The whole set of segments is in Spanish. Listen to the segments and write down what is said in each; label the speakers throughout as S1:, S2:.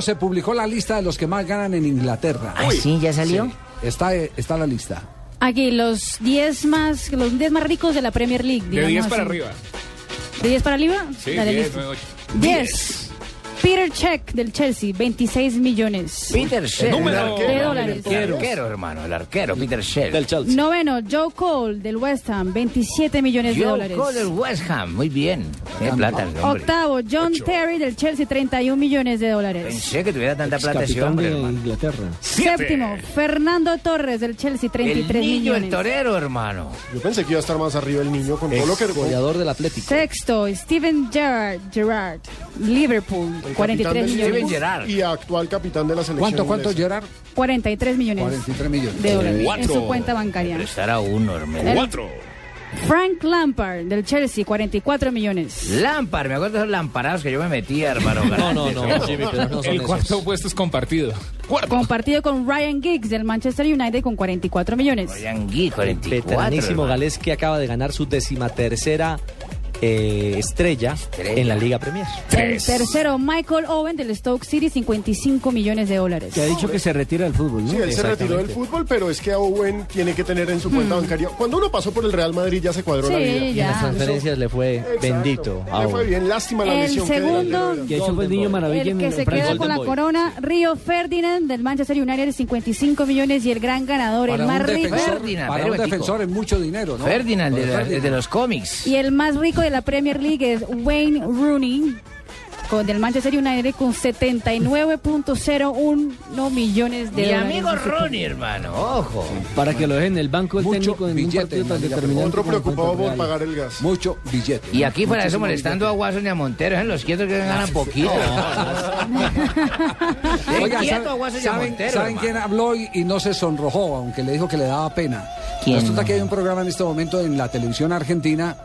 S1: se publicó la lista de los que más ganan en Inglaterra.
S2: Ah, sí, ya salió.
S1: Sí, está, eh, está la lista.
S3: Aquí, los 10 más, los 10 más ricos de la Premier League.
S4: De
S3: digamos
S4: 10 para
S3: así.
S4: arriba.
S3: ¿De 10 para arriba?
S4: Sí,
S3: Dale,
S4: 10,
S3: listo.
S4: 9, 8.
S3: 10. Peter Check del Chelsea, 26 millones.
S2: Peter Shell.
S4: número.
S3: De
S2: El
S3: dólares.
S2: arquero, hermano, el arquero, Peter Shell. Del Chelsea.
S3: Noveno, Joe Cole del West Ham, 27 millones de
S2: Joe
S3: dólares.
S2: Cole del West Ham, muy bien. Tiene plata el hombre.
S3: Octavo, John Terry del Chelsea, 31 millones de dólares.
S2: Pensé que tuviera tanta plata ese hombre, hermano.
S5: Inglaterra.
S3: Séptimo, Fernando Torres del Chelsea,
S2: El
S3: 33
S2: niño, el
S3: millones.
S2: torero, hermano.
S5: Yo pensé que iba a estar más arriba el niño con todo lo que goleador del Atlético.
S3: Sexto, Steven Gerrard, Gerrard, Liverpool, 43
S2: Steven
S3: millones.
S2: Gerrard.
S5: Y actual capitán de la selección.
S1: ¿Cuánto, cuánto,
S5: inglesa.
S1: Gerard?
S3: 43 millones
S1: 43 millones.
S3: de dólares en
S4: Cuatro.
S3: su cuenta bancaria.
S2: Prestará uno, hermano.
S3: El-
S4: 4.
S3: Frank Lampard del Chelsea, 44 millones.
S2: Lampar, me acuerdo de esos lamparados que yo me metía, hermano. No, no, no,
S4: El cuarto puesto es compartido. Cuarto.
S3: Compartido con Ryan Giggs del Manchester United con 44 millones.
S2: Oigan, Gui, 44.
S6: Veteranísimo
S2: hermano.
S6: galés que acaba de ganar su decimatercera eh, estrella,
S2: Estrella.
S6: en la Liga Premier.
S3: El tercero, Michael Owen del Stoke City, 55 millones de dólares.
S5: ha dicho que
S1: se retira del fútbol,
S5: Sí, él se retiró del fútbol, pero es que a Owen tiene que tener en su cuenta bancaria. Cuando uno pasó por el Real Madrid ya se cuadró la
S3: Hmm. Sí,
S5: vida.
S3: ya.
S6: Las transferencias le fue
S5: Exacto.
S6: bendito. a
S5: Le fue
S6: Owen.
S5: bien, lástima la
S3: El
S5: lesión.
S3: segundo,
S5: Que
S6: hecho fue el niño maravilla
S3: El que se queda con la corona, Río Ferdinand del Manchester United, 55 millones. Y el gran ganador, el
S1: Para
S3: más
S1: un
S3: rico.
S1: defensor,
S2: Ferdinand,
S1: para un
S2: Federico.
S1: defensor es mucho dinero, ¿no?
S2: Ferdinand, de,
S1: Pero
S2: la-
S1: Ferdinand.
S2: de los cómics.
S3: Y el más rico de la Premier League es Wayne Rooney con del Manchester United con 79.01 millones de
S2: Mi
S3: dólares.
S2: amigo Ronnie, hermano, ojo.
S7: Para que lo dejen en el banco el
S1: Mucho
S7: técnico en
S1: billete
S7: un partido
S1: en la
S7: tan
S1: Liga Premier.
S5: el-
S7: determinante.
S5: Otro
S7: como
S5: preocupado
S7: contra
S5: por
S7: el Real.
S5: pagar el gas.
S1: Mucho billete.
S2: Y aquí para eso molestando a Watson y a Montero, en los quietos que ganan poquito. Dejen
S1: Oiga,
S2: Ah, quieto
S1: ¿sabe-
S2: a Watson y a
S1: ¿saben,
S2: Montero,
S1: saben
S2: hermano.
S1: quién habló hoy y no se sonrojó, aunque le dijo que le daba pena?
S2: ¿Quién?
S1: Resulta que hay un programa en este momento en la televisión argentina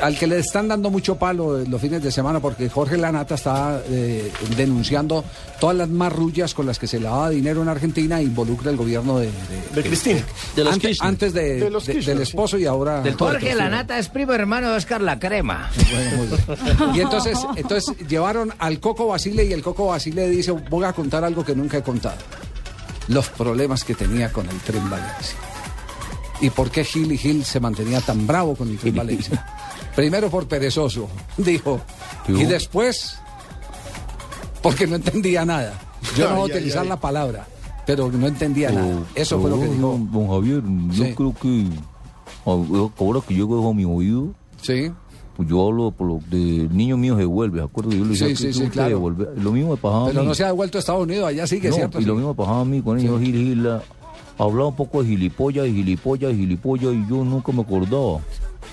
S1: al que le están dando mucho palo eh, los fines de semana porque Jorge Lanata está eh, denunciando todas las marrullas con las que se lavaba dinero en Argentina e involucra el gobierno de... de-
S5: De Cristina.
S7: De los
S1: ante- antes
S7: Kirchner.
S1: de-
S5: De los
S1: de-
S5: Kirchner,
S1: del
S5: sí.
S1: esposo y ahora...
S2: Jorge Lanata es primo hermano de Oscar La Crema.
S1: Bueno, muy bien. Y entonces, entonces llevaron al Coco Basile y el Coco Basile dice, voy a contar algo que nunca he contado. Los problemas que tenía con el Tren Valencia. ¿Y por qué Gil y Gil se mantenía tan bravo con el Tren Valencia? Primero por perezoso, dijo. Y después, porque no entendía nada. Yo no voy a
S5: Ay, ay,
S1: utilizar
S5: ay.
S1: la palabra, pero no entendía nada.
S8: Uh,
S1: Eso fue lo que
S8: Pero,
S1: dijo.
S8: Don Javier, yo
S1: Sí.
S8: creo que a- yo- ahora que yo cojo mi oído,
S1: Sí.
S8: pues yo hablo por lo de niño mío se vuelve, ¿de acuerdo? Yo le decía
S1: Sí,
S8: que
S1: sí,
S8: tú
S1: sí,
S8: te
S1: claro.
S8: devuelves. Lo mismo me pasaba a
S1: Pero
S8: mí.
S1: no se ha devuelto a Estados Unidos, allá sigue,
S8: No,
S1: ¿cierto?
S8: y lo mismo me pasaba a mí con ellos, Gil, Gil, ah, hablaba un poco de gilipollas y gilipollas y gilipollas y yo nunca me acordaba.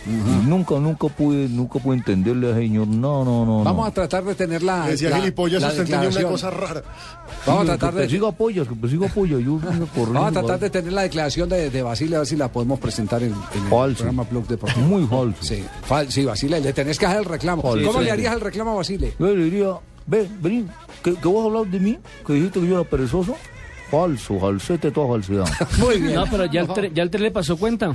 S8: Y nunca, nunca pude, nunca pude entenderle al señor, no, no, no.
S1: Vamos
S8: no.
S1: a tratar de tener la.
S5: Decía
S1: Ah, la-
S5: gilipollas,
S1: la
S5: usted tenía una
S1: declaración.
S5: cosa rara.
S1: Vamos a
S8: Sí,
S1: tratar
S8: Que
S1: de.
S8: persiga pollas, que persiga pollas, yo vengo
S1: Vamos a
S8: corriendo,
S1: tratar de tener la declaración de, de Basile, a ver si la podemos presentar en, en el
S8: Falso.
S1: programa Blog Deportivo.
S8: Muy falso.
S1: Sí, fal- sí, Basile, le tenés que hacer el reclamo.
S8: Falso.
S1: ¿Cómo
S8: Sí.
S1: le harías el reclamo a Basile?
S8: Yo le diría, ve, vení, que, que vos hablabas de mí, que dijiste que yo era perezoso. Falso, falsete, toda falsedad.
S1: Muy bien.
S7: No, pero ya el, tre- ya el tren le pasó cuenta.